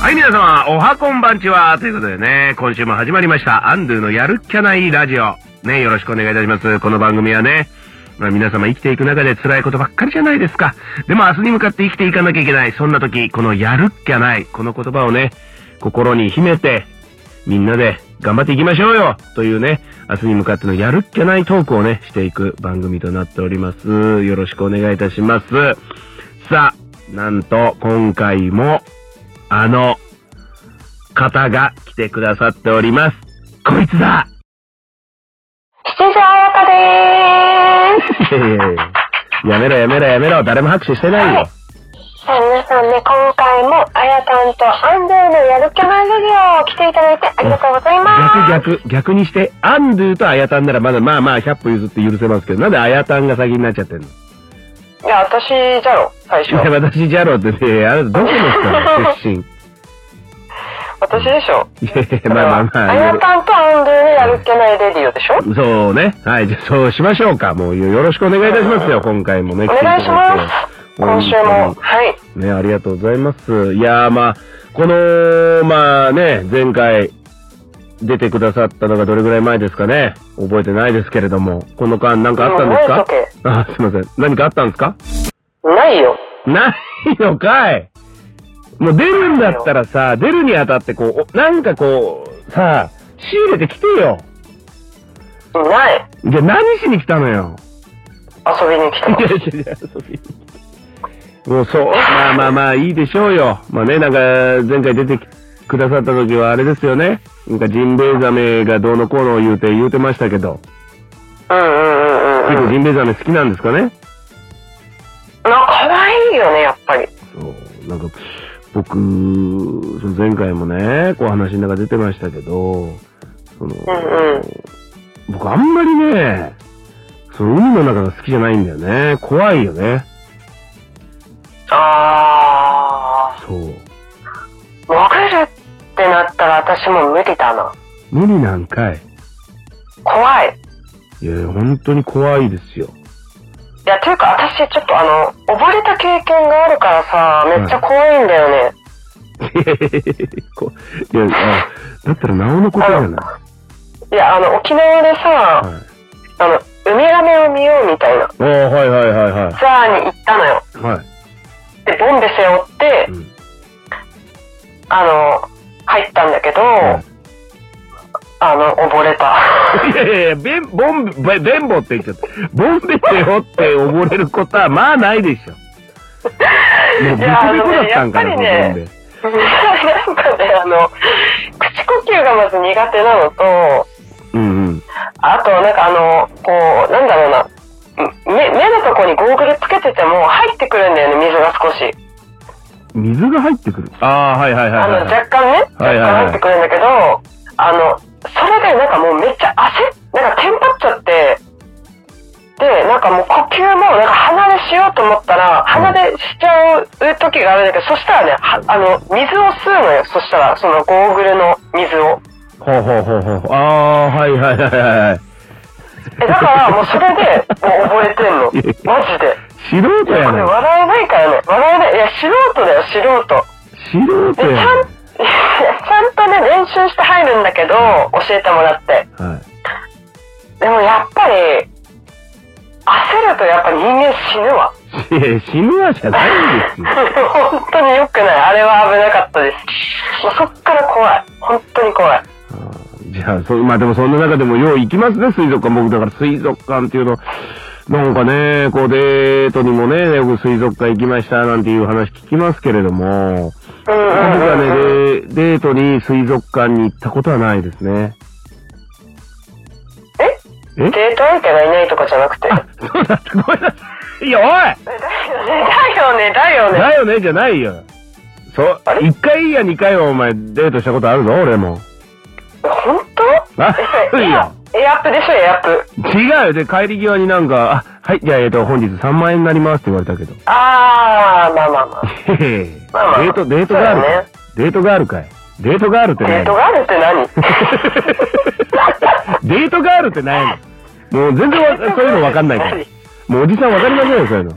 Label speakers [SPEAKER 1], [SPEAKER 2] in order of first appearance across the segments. [SPEAKER 1] はい、皆様、おはこんばんちは。ということでね、今週も始まりました、アンドゥのやるっきゃないラジオ。ね、よろしくお願いいたします。この番組はね、まあ、皆様生きていく中で辛いことばっかりじゃないですか。でも明日に向かって生きていかなきゃいけない。そんな時、このやるっきゃない、この言葉をね、心に秘めて、みんなで頑張っていきましょうよというね、明日に向かってのやるっきゃないトークをね、していく番組となっております。よろしくお願いいたします。さあ、なんと今回も、あの方が来てくださっております。こいつだ
[SPEAKER 2] 吉祥彩香でーす。
[SPEAKER 1] いやいやいややめろやめろやめろ、誰も拍手してないよ。
[SPEAKER 2] さあ皆さんね、今回もあやたんとアンドゥのやる気ないレディオを来ていただいてありがとうございます。
[SPEAKER 1] 逆逆、逆にして、アンドゥとアヤタンならまだまあまあ100歩譲って許せますけど、なんでアヤタンが先になっちゃってんの
[SPEAKER 2] いや、私じゃろ、最
[SPEAKER 1] いや、私じゃろうってね、あなたどこの人なの 出身。
[SPEAKER 2] 私でしょ。
[SPEAKER 1] いやいやまあまあまあ。
[SPEAKER 2] やたんとアンドゥのやる気ないレディオでしょ
[SPEAKER 1] そうね。はい、じゃあそうしましょうか。もうよろしくお願いいたしますよ、今回もね。
[SPEAKER 2] お願いします。今週
[SPEAKER 1] 本
[SPEAKER 2] も、はい。
[SPEAKER 1] 当にね、ありがとうございます。いやーまあ、この、まあね、前回出てくださったのがどれぐらい前ですかね。覚えてないですけれども。この間何かあったんです
[SPEAKER 2] もう
[SPEAKER 1] か
[SPEAKER 2] 覚えと
[SPEAKER 1] あ、すいません。何かあったんですか
[SPEAKER 2] ないよ。
[SPEAKER 1] ないのかいもう出るんだったらさ、出るにあたってこう、おなんかこう、さ、仕入れてきてよ。
[SPEAKER 2] ない。
[SPEAKER 1] じゃあ何しに来たのよ。
[SPEAKER 2] 遊びに来
[SPEAKER 1] いやいやいや
[SPEAKER 2] たの。
[SPEAKER 1] 遊びにもうそう、まあまあまあいいでしょうよ。まあね、なんか前回出てくださった時はあれですよね。なんかジンベエザメがどうのこうの言うて言うてましたけど、
[SPEAKER 2] うんうんうん
[SPEAKER 1] 結
[SPEAKER 2] うんう
[SPEAKER 1] 構
[SPEAKER 2] ん。
[SPEAKER 1] ジンベエザメ好きなんですかね
[SPEAKER 2] なんか可愛いよね、やっぱり。
[SPEAKER 1] そう、なんか僕、その前回もね、こう話の中出てましたけど、その、
[SPEAKER 2] んうん
[SPEAKER 1] 僕あんまりね、その海の中が好きじゃないんだよね。怖いよね。
[SPEAKER 2] あ
[SPEAKER 1] そう。
[SPEAKER 2] ー。潜るってなったら私も無理だな。
[SPEAKER 1] 無理なんかい。
[SPEAKER 2] 怖い。
[SPEAKER 1] いや、本当に怖いですよ。
[SPEAKER 2] いや、ていうか私ちょっとあの、溺れた経験があるからさ、めっちゃ怖いんだよね。
[SPEAKER 1] こいや、あだったらなおのことじゃない
[SPEAKER 2] や、あの、沖縄で
[SPEAKER 1] い。
[SPEAKER 2] さ、
[SPEAKER 1] はい、
[SPEAKER 2] あの、ウミガメを見ようみたいな
[SPEAKER 1] おーはいはいはいは
[SPEAKER 2] ツアーに行ったのよ。
[SPEAKER 1] い。はい。
[SPEAKER 2] で、ボンベ背負って、
[SPEAKER 1] うん
[SPEAKER 2] あの、入ったんだけど、
[SPEAKER 1] は
[SPEAKER 2] あの、溺れた。
[SPEAKER 1] いやいやいや、べん、ぼん、べ、べんぼって言っちゃった。ぼんべってよって溺れることは、まあない でしょ。もう、ビコビコだったんかな、
[SPEAKER 2] いやあのねやっぱりね
[SPEAKER 1] このボンベ。
[SPEAKER 2] なんかね、あの、口呼吸がまず苦手なのと、
[SPEAKER 1] うんうん。
[SPEAKER 2] あと、なんかあの、こう、なんだろうな、目、目のとこにゴーグルつけてても入ってくるんだよね、水が少し。
[SPEAKER 1] 水が入ってくる。ああ、はいはいは
[SPEAKER 2] あ
[SPEAKER 1] い
[SPEAKER 2] の、
[SPEAKER 1] はい、はい。
[SPEAKER 2] 若干ね、
[SPEAKER 1] はいはいはい
[SPEAKER 2] 若干入ってくるんだけど、あの、それでなんかもうめっちゃ焦っ、なんかテンパっちゃって、で、なんかもう呼吸もなんか鼻でしようと思ったら、鼻でしちゃう時があるんだけど、そしたらね、はあの、水を吸うのよ、そしたら、そのゴーグルの水を。
[SPEAKER 1] ほうほうほうほう。ああー、はいはいはいはい。
[SPEAKER 2] え、だからもうそれで、もう覚えてんの。 マジで。
[SPEAKER 1] 素人
[SPEAKER 2] これ
[SPEAKER 1] やな。
[SPEAKER 2] 笑えないからね、笑えない。いや、素人だよ、素人。
[SPEAKER 1] 素人
[SPEAKER 2] で、
[SPEAKER 1] や
[SPEAKER 2] ちゃん、いやちゃんとね、練習して入るんだけど、教えてもらって。
[SPEAKER 1] な。はい。
[SPEAKER 2] でもやっぱり、焦るとやっぱ人間死ぬわ。
[SPEAKER 1] いやいや死ぬわじゃないですよ。
[SPEAKER 2] 本当に良くない。あれは危なかったです。もうそっから怖い。本当に怖い。
[SPEAKER 1] じゃあ、そう、まあでもそんな中でもよう行きますね、水族館。僕だから水族館っていうの、なんかね、こうデートにもね、よく水族館行きましたなんていう話聞きますけれども、
[SPEAKER 2] うんう
[SPEAKER 1] 僕
[SPEAKER 2] ん
[SPEAKER 1] は
[SPEAKER 2] うんうん。
[SPEAKER 1] ねデ、デートに水族館に行ったことはないですね。
[SPEAKER 2] え
[SPEAKER 1] え
[SPEAKER 2] デート相手がいないとかじゃなくて。
[SPEAKER 1] あ、そうだった、ごめんなさい。いや、お
[SPEAKER 2] だよね、だよね、だよ
[SPEAKER 1] い
[SPEAKER 2] ね。
[SPEAKER 1] だよね、じゃないよ。そう、一回や二回はお前デートしたことあるぞ、俺も。
[SPEAKER 2] 本当
[SPEAKER 1] あ
[SPEAKER 2] え、それ
[SPEAKER 1] いい
[SPEAKER 2] エア
[SPEAKER 1] よ、
[SPEAKER 2] エアップでしょ、エアップ。
[SPEAKER 1] 違うよ。で、帰り際になんか、あ、はい、じゃあ、えっと、本日3万円になりますって言われたけど。
[SPEAKER 2] あー、まあまあまあ。
[SPEAKER 1] へへデ
[SPEAKER 2] まあまあ
[SPEAKER 1] ート、デートガールか、デートガールかい。デートガールって
[SPEAKER 2] デ
[SPEAKER 1] 何
[SPEAKER 2] ートがあるっ て何
[SPEAKER 1] デートガールって何やのもう全然わ、そういうのわかんないから。もうおじさんわかりませんよ、そういうの。
[SPEAKER 2] ううん、そ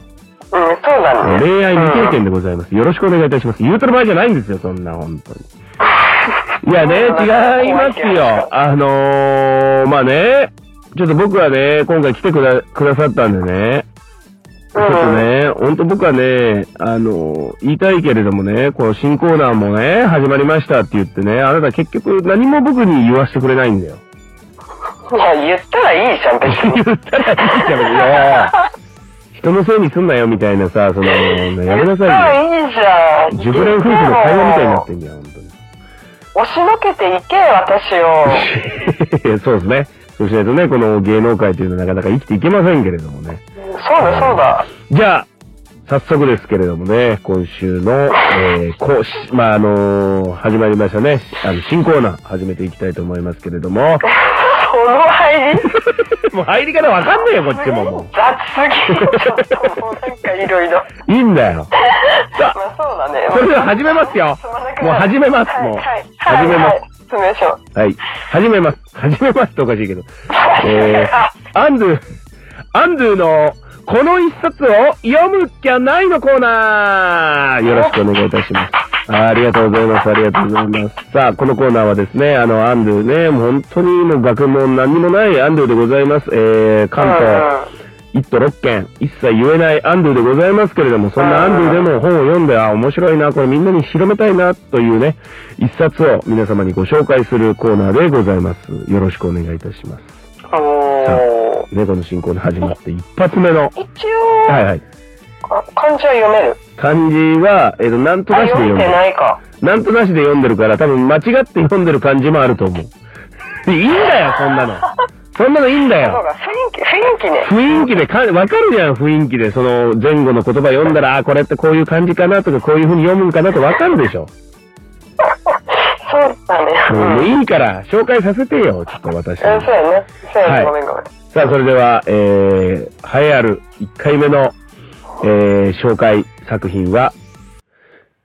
[SPEAKER 2] うなんです。
[SPEAKER 1] 恋愛未経験でございます。よろしくお願いいたします。言うてる場合じゃないんですよ、そんな、本当に。いやね、違いますよ。あのー、まあね、ちょっと僕はね、今回来てくだくださったんでね、ち
[SPEAKER 2] う
[SPEAKER 1] ょ
[SPEAKER 2] ん
[SPEAKER 1] っとね、ほんと僕はね、あのー言いたいけれどもね、この新コーナーもね、始まりましたって言ってね、あなた結局何も僕に言わせてくれないんだよ。
[SPEAKER 2] いや、言ったらいいじゃん、別 に。
[SPEAKER 1] 言ったらいいじゃん、よ。人のせいにすんなよ、みたいなさ、その、やめなさいよ。
[SPEAKER 2] いいじゃん。
[SPEAKER 1] ジュブレン夫婦の会話みたいになってんじゃん、本当に。
[SPEAKER 2] 押しのけていけ、私を。
[SPEAKER 1] そうですね。そうしないとね、この芸能界というのはなかなか生きていけませんけれどもね。
[SPEAKER 2] そうだ、そうだ。
[SPEAKER 1] じゃあ、早速ですけれどもね、今週の、えー、こうし、まあ、あのー始まりましたね。あの、新コーナー始めていきたいと思いますけれども。
[SPEAKER 2] その入り
[SPEAKER 1] もう入り方わかんないよ、こっちもも
[SPEAKER 2] 雑すぎ。ちょっともうなんかいろいろ。
[SPEAKER 1] う。いいんだよ。
[SPEAKER 2] まあそうだね。
[SPEAKER 1] それでは始めますよ
[SPEAKER 2] つまなくなる
[SPEAKER 1] もう始めます
[SPEAKER 2] はい
[SPEAKER 1] もう
[SPEAKER 2] はい。
[SPEAKER 1] 始めます
[SPEAKER 2] はいはい。詰めましょう。
[SPEAKER 1] はい。始めます。始めますっておかしいけど。え
[SPEAKER 2] あ
[SPEAKER 1] ー、アンドゥ、アンドゥの、この一冊を読むっきゃないのコーナーよろしくお願いいたします。あありがとうございます。ありがとうございます。さあ、このコーナーはですね、あの、アンドゥね、もう本当にもう学問何にもないアンドゥでございます。えー、関東、一都六県、一切言えないアンドゥでございますけれども、そんなアンドゥでも本を読んで、あ、面白いな、これみんなに広めたいな、というね、一冊を皆様にご紹介するコーナーでございます。よろしくお願いいたします。
[SPEAKER 2] うん。おー。
[SPEAKER 1] ね、この進行で始まって一発目の、
[SPEAKER 2] 一
[SPEAKER 1] はい
[SPEAKER 2] 応、
[SPEAKER 1] はい。
[SPEAKER 2] あ漢字は読める。
[SPEAKER 1] 漢字は、えっ、と、なんとな
[SPEAKER 2] あ、
[SPEAKER 1] しで
[SPEAKER 2] 読
[SPEAKER 1] 読ん
[SPEAKER 2] め
[SPEAKER 1] でる。
[SPEAKER 2] てないか。
[SPEAKER 1] なんとなしで読んでるから、多分間違って読んでる漢字もあると思う。いいんだよ、そんなの。そんなのいいんだ
[SPEAKER 2] そう
[SPEAKER 1] よ。
[SPEAKER 2] か、雰囲気、雰囲気ね。
[SPEAKER 1] 雰囲気でか、わかるじゃん、雰囲気で。その前後の言葉読んだら、あ、これってこういう漢字かなとか、こういう風に読むんかなとかわかるでしょ。
[SPEAKER 2] そうだね。
[SPEAKER 1] もう
[SPEAKER 2] うん。
[SPEAKER 1] も
[SPEAKER 2] う
[SPEAKER 1] うんいいから、紹介させてよ、ちょっと私
[SPEAKER 2] そう
[SPEAKER 1] に。
[SPEAKER 2] やね。そうや
[SPEAKER 1] は
[SPEAKER 2] ね。
[SPEAKER 1] い
[SPEAKER 2] ごめんごめん。
[SPEAKER 1] さあ、それでは、えー、栄えある1回目の、えー、紹介作品は、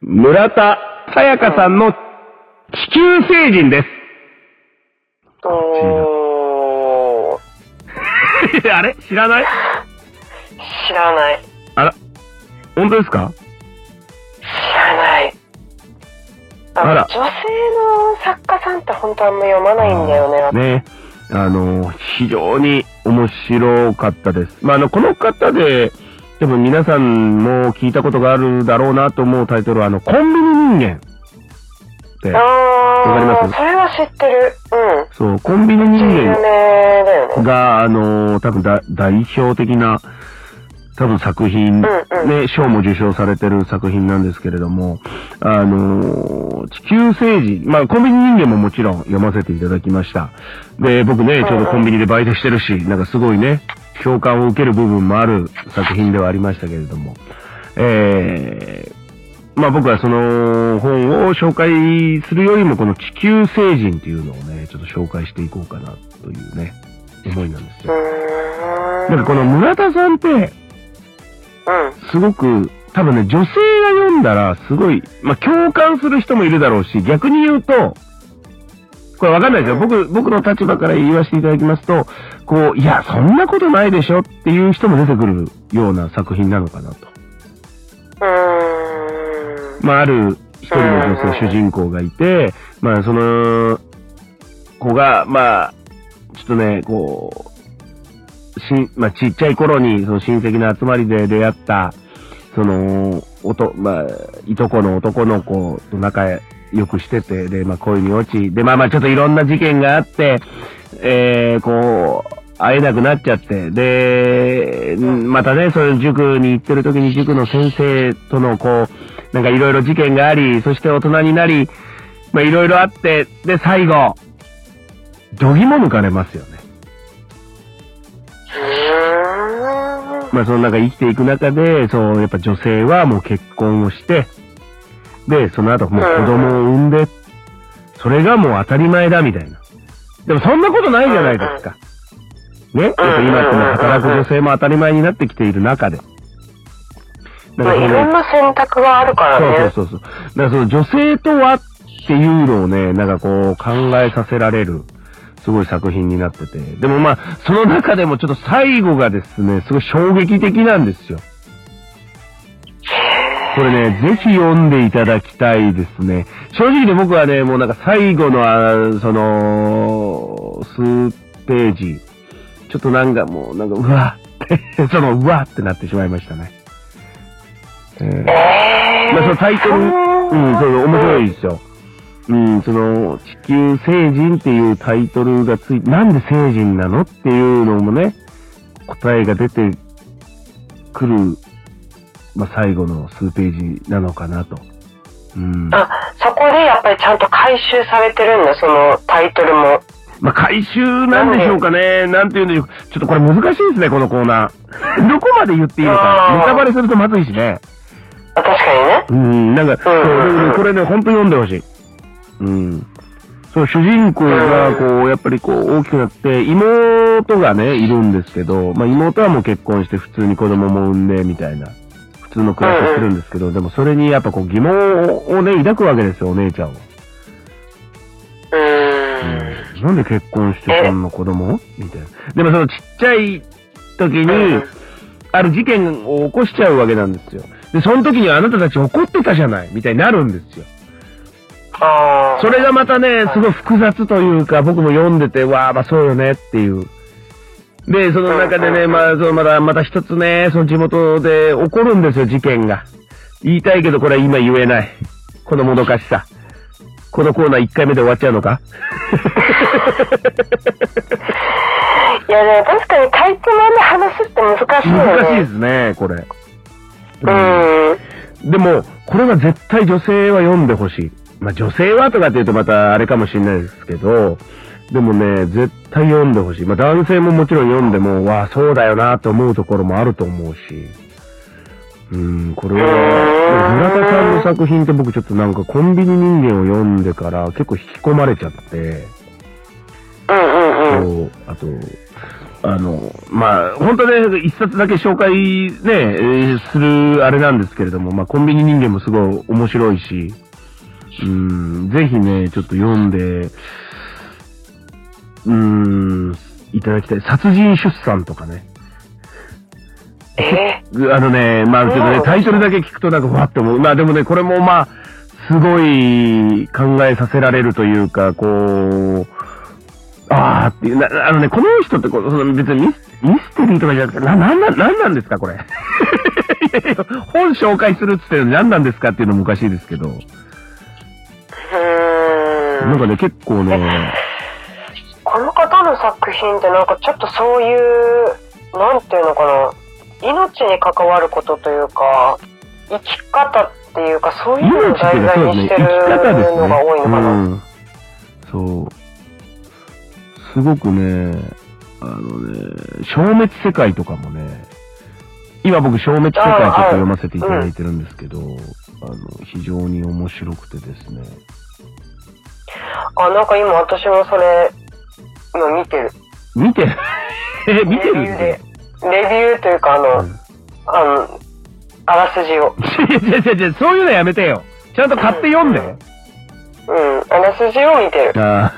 [SPEAKER 1] 村田さやかさんの地球星人です。
[SPEAKER 2] お ー。
[SPEAKER 1] あれ知らない
[SPEAKER 2] 知らない。
[SPEAKER 1] あら、本当ですか
[SPEAKER 2] 知らない。あ
[SPEAKER 1] あら
[SPEAKER 2] 女性の作家さんって本当あんま読まないんだよね。
[SPEAKER 1] ね。あの、非常に面白かったです。まあ、あの、この方で、多分皆さんも聞いたことがあるだろうなと思うタイトルは、あの、コンビニ人間って
[SPEAKER 2] あ、
[SPEAKER 1] わかり
[SPEAKER 2] あ
[SPEAKER 1] ま
[SPEAKER 2] ー、
[SPEAKER 1] す
[SPEAKER 2] それは知ってる。うん。
[SPEAKER 1] そう、コンビニ人
[SPEAKER 2] 有
[SPEAKER 1] 間
[SPEAKER 2] 名だよね。
[SPEAKER 1] が、あのー多分だ代表的な、多分作品、
[SPEAKER 2] ん
[SPEAKER 1] ね
[SPEAKER 2] うん、
[SPEAKER 1] 賞も受賞されてる作品なんですけれども、あのー地球政治、まあ、コンビニ人間ももちろん読ませていただきました。で、僕ね、ちょうどコンビニでバイトしてるし、なんかすごいね、共感を受ける部分もある作品ではありましたけれども、えー、まあ僕はその本を紹介するよりもこの地球星人っていうのをね、ちょっと紹介していこうかなというね、思いなんです
[SPEAKER 2] う
[SPEAKER 1] よ。な
[SPEAKER 2] ー
[SPEAKER 1] んかこの村田さんって、
[SPEAKER 2] うん。
[SPEAKER 1] すごく、多分ね、女性が読んだら、すごい、まあ共感する人もいるだろうし、逆に言うと、これわかんないですよ。僕、僕の立場から言わせていただきますと、こう、いや、そんなことないでしょっていう人も出てくるような作品なのかなと。
[SPEAKER 2] うーん。
[SPEAKER 1] まあ、ある一人の女性主人公がいて、まあ、その子が、まあ、ちょっとね、こう、しん、まあ、ちっちゃい頃に、その親戚の集まりで出会った、その、おと、まあ、いとこの男の子と仲良くしてて、で、まあ、恋に落ち、で、まあまあ、ちょっといろんな事件があって、えー、こう、会えなくなっちゃって、で、んまたね、その塾に行ってる時に塾の先生との、こう、なんかいろいろ事件があり、そして大人になり、まあ、いろいろあって、で、最後、どぎも抜かれますよね。
[SPEAKER 2] うーん
[SPEAKER 1] まあ、その中生きていく中で、そう、やっぱ女性はもう結婚をして、で、その後もう子供を産んで、それがもう当たり前だみたいな。でもそんなことないじゃないですか。ねやっぱ今ってのは働く女性も当たり前になってきている中で。だ
[SPEAKER 2] まあ、
[SPEAKER 1] その
[SPEAKER 2] いろんな選択があるからね。
[SPEAKER 1] そうそうそうそう。だからその女性とはっていうのをね、なんかこう考えさせられる、すごい作品になってて。でもまあ、その中でもちょっと最後がですね、すごい衝撃的なんですよ。これね、ぜひ読んでいただきたいですね。正直で僕はね、もうなんか最後の、あその、数ページ、ちょっとなんかもう、なんか、うわって、 その、うわってなってしまいましたね。えー
[SPEAKER 2] えー。
[SPEAKER 1] まあ、そのタイトル、うん、そう面白い
[SPEAKER 2] い。
[SPEAKER 1] ですよ。うん、その、地球星人っていうタイトルがついて、なんで星人なのっていうのもね、答えが出てくる、まあ、最後の数ページなのかなと。うん。
[SPEAKER 2] あ、そこでやっぱりちゃんと回収されてるんだ、そのタイトルも。
[SPEAKER 1] まあ、回収なんでしょうかね。なんていうんでしょう。ちょっとこれ難しいですね、このコーナー。 どこまで言っていいのか。
[SPEAKER 2] あー
[SPEAKER 1] ネタバレするとまずいしね。
[SPEAKER 2] あ確かにね。
[SPEAKER 1] うん、なんか、そう
[SPEAKER 2] うんうんうん
[SPEAKER 1] でもこれね、本当に読んでほしい。うん。そう、主人公が、こう、やっぱりこう、大きくなって、妹がね、いるんですけど、まあ妹はもう結婚して普通に子供も産んで、みたいな、普通の暮らしをしてるんですけど、でもそれにやっぱこう、疑問をね、抱くわけですよ、お姉ちゃんを。
[SPEAKER 2] うーん。
[SPEAKER 1] なんで結婚してこんな子供みたいな。でもそのちっちゃい時に、ある事件を起こしちゃうわけなんですよ。で、その時にあなたたち怒ってたじゃないみたいになるんですよ。
[SPEAKER 2] ああ。
[SPEAKER 1] それがまたね、
[SPEAKER 2] はい
[SPEAKER 1] すごい複雑というか、僕も読んでて、わあ、まあそうよねっていう。で、その中でね、
[SPEAKER 2] うん
[SPEAKER 1] まあ、そのまだ、また一つね、その地元で起こるんですよ、事件が。言いたいけど、これは今言えない。このもどかしさ。このコーナー1回目で終わっちゃうのか
[SPEAKER 2] いやね、確かにタイトルまで話すって難しいよね。
[SPEAKER 1] 難しいですね、これ。
[SPEAKER 2] うん。
[SPEAKER 1] でも、これは絶対女性は読んでほしい。まあ、女性はとかって言うとまたあれかもしれないですけど、でもね、絶対読んでほしい。まあ、男性ももちろん読んでも、わあ、そうだよなと思うところもあると思うし。うん、これは、
[SPEAKER 2] うーん
[SPEAKER 1] 村田さんの作品って僕ちょっとなんかコンビニ人間を読んでから結構引き込まれちゃって、
[SPEAKER 2] うんうんう
[SPEAKER 1] そ
[SPEAKER 2] ん。
[SPEAKER 1] うあと、あの、まあ、本当ね、一冊だけ紹介ね、えーするあれなんですけれども、まあ、コンビニ人間もすごい面白いし、うん、ぜひね、ちょっと読んで、うん、いただきたい。殺人出産とかね。
[SPEAKER 2] え
[SPEAKER 1] あのね、まあ、ちょっとね
[SPEAKER 2] うん、
[SPEAKER 1] タイトルだけ聞くとなんかわって思う。まあでもね、これもまあ、すごい考えさせられるというか、こう、ああっていう、なあのね、この人ってこう、その別にミスミステリーとかじゃなくて、な、なんなん、なんなんですか、これ。い やいや本紹介するっつってるのに何なんですかっていうのもおかしいですけど、
[SPEAKER 2] ー、うーん
[SPEAKER 1] なんかね、結構ね、
[SPEAKER 2] この方の作品ってなんかちょっとそういう、なんていうのかな、命に関わることというか、生き方っていうか、そういうのを
[SPEAKER 1] 命って
[SPEAKER 2] 題
[SPEAKER 1] いうか、
[SPEAKER 2] 材
[SPEAKER 1] そうで
[SPEAKER 2] に
[SPEAKER 1] す
[SPEAKER 2] し
[SPEAKER 1] ね、生
[SPEAKER 2] てる
[SPEAKER 1] き方です
[SPEAKER 2] のが多いのかな。
[SPEAKER 1] ね。うん。そう。すごくね、あのね、消滅世界とかもね、今僕消滅世界ちょっと読ませていただいてるんですけど、あの、非常に面白くてですね。
[SPEAKER 2] あ、なんか今私もそれ、今見てる。
[SPEAKER 1] 見て え、見てるん
[SPEAKER 2] レビュ
[SPEAKER 1] で。
[SPEAKER 2] ーですレビューというか、あの、
[SPEAKER 1] うん
[SPEAKER 2] あの、あらすじを。
[SPEAKER 1] いやいやいやいやそういうのやめてよ。ちゃんと買って読んで。
[SPEAKER 2] うん、あらすじを見てる。
[SPEAKER 1] あ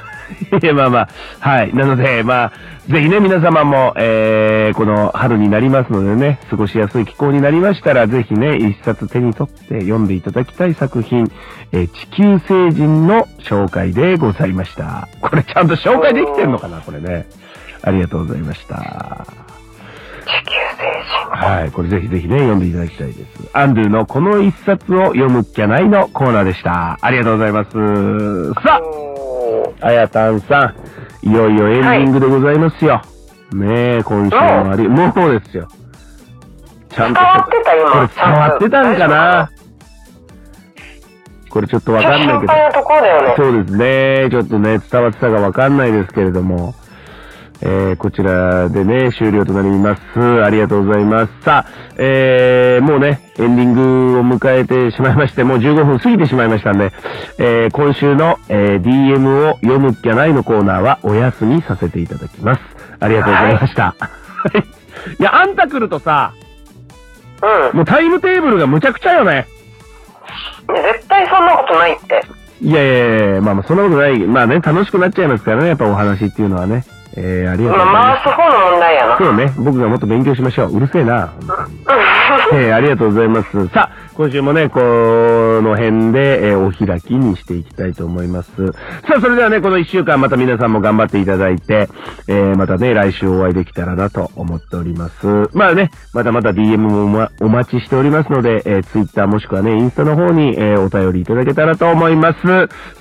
[SPEAKER 1] あ、 いや、まあまあ、はい。なので、まあ、ぜひね、皆様も、えー、この春になりますのでね、過ごしやすい気候になりましたら、ぜひね、一冊手に取って読んでいただきたい作品、えー地球星人の紹介でございました。これちゃんと紹介できてんのかなこれね。ありがとうございました。
[SPEAKER 2] 地球星人。
[SPEAKER 1] はい。これぜひぜひね、読んでいただきたいです。アンドゥのこの一冊を読むっきゃないのコーナーでした。ありがとうございます。さあ
[SPEAKER 2] おー
[SPEAKER 1] あやたんさん、いよいよエンディングでございますよ。ねえ、今週もあり、もうですよ。ちゃん
[SPEAKER 2] 伝
[SPEAKER 1] と、
[SPEAKER 2] わってた
[SPEAKER 1] これ
[SPEAKER 2] 今。
[SPEAKER 1] 伝わってたんかなこれちょっとわ
[SPEAKER 2] ちょっ
[SPEAKER 1] か
[SPEAKER 2] と
[SPEAKER 1] んないけ
[SPEAKER 2] 心配
[SPEAKER 1] ど。
[SPEAKER 2] なところだよね。
[SPEAKER 1] そうですね、ちょっとね、伝わってたかわかんないですけれども。えー、こちらでね、終了となります。ありがとうございます。さあ、えー、もうね、エンディングを迎えてしまいまして、もう15分過ぎてしまいましたんで、えー、今週の、えー DM を読むっきゃないのコーナーはお休みさせていただきます。ありがとうございました。 はい。いや、あんた来るとさ、
[SPEAKER 2] う
[SPEAKER 1] もうタイムテーブルがむちゃくちゃよね。
[SPEAKER 2] ん。絶対そんなことないって。
[SPEAKER 1] いやいやいや、まあまあ、そんなことない。まあね、楽しくなっちゃいますからね、やっぱお話っていうのはね。えー、ありがとうござい
[SPEAKER 2] ま
[SPEAKER 1] ま
[SPEAKER 2] あ、回す方の問題やな。
[SPEAKER 1] す。そうね、僕がもっと勉強しましょう。うるせえな。本当に えー、ありがとうございます。さあ、今週もね、この辺で、えーお開きにしていきたいと思います。さあ、それではね、この一週間また皆さんも頑張っていただいて、えーまたね、来週お会いできたらなと思っております。まあね、まだまだ DM もおまお待ちしておりますので、えー Twitter もしくはね、インスタの方に、えーお便りいただけたらと思います。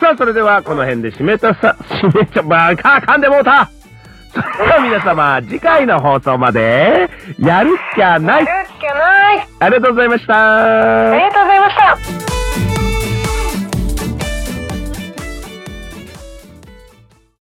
[SPEAKER 1] さあ、それではこの辺で締めたさ、締めちゃ、ばか、噛んでもうたそれでは皆様、次回の放送まで、やるっきゃない
[SPEAKER 2] やるっきゃない。
[SPEAKER 1] ありがとうございました。
[SPEAKER 2] ありがとうございました。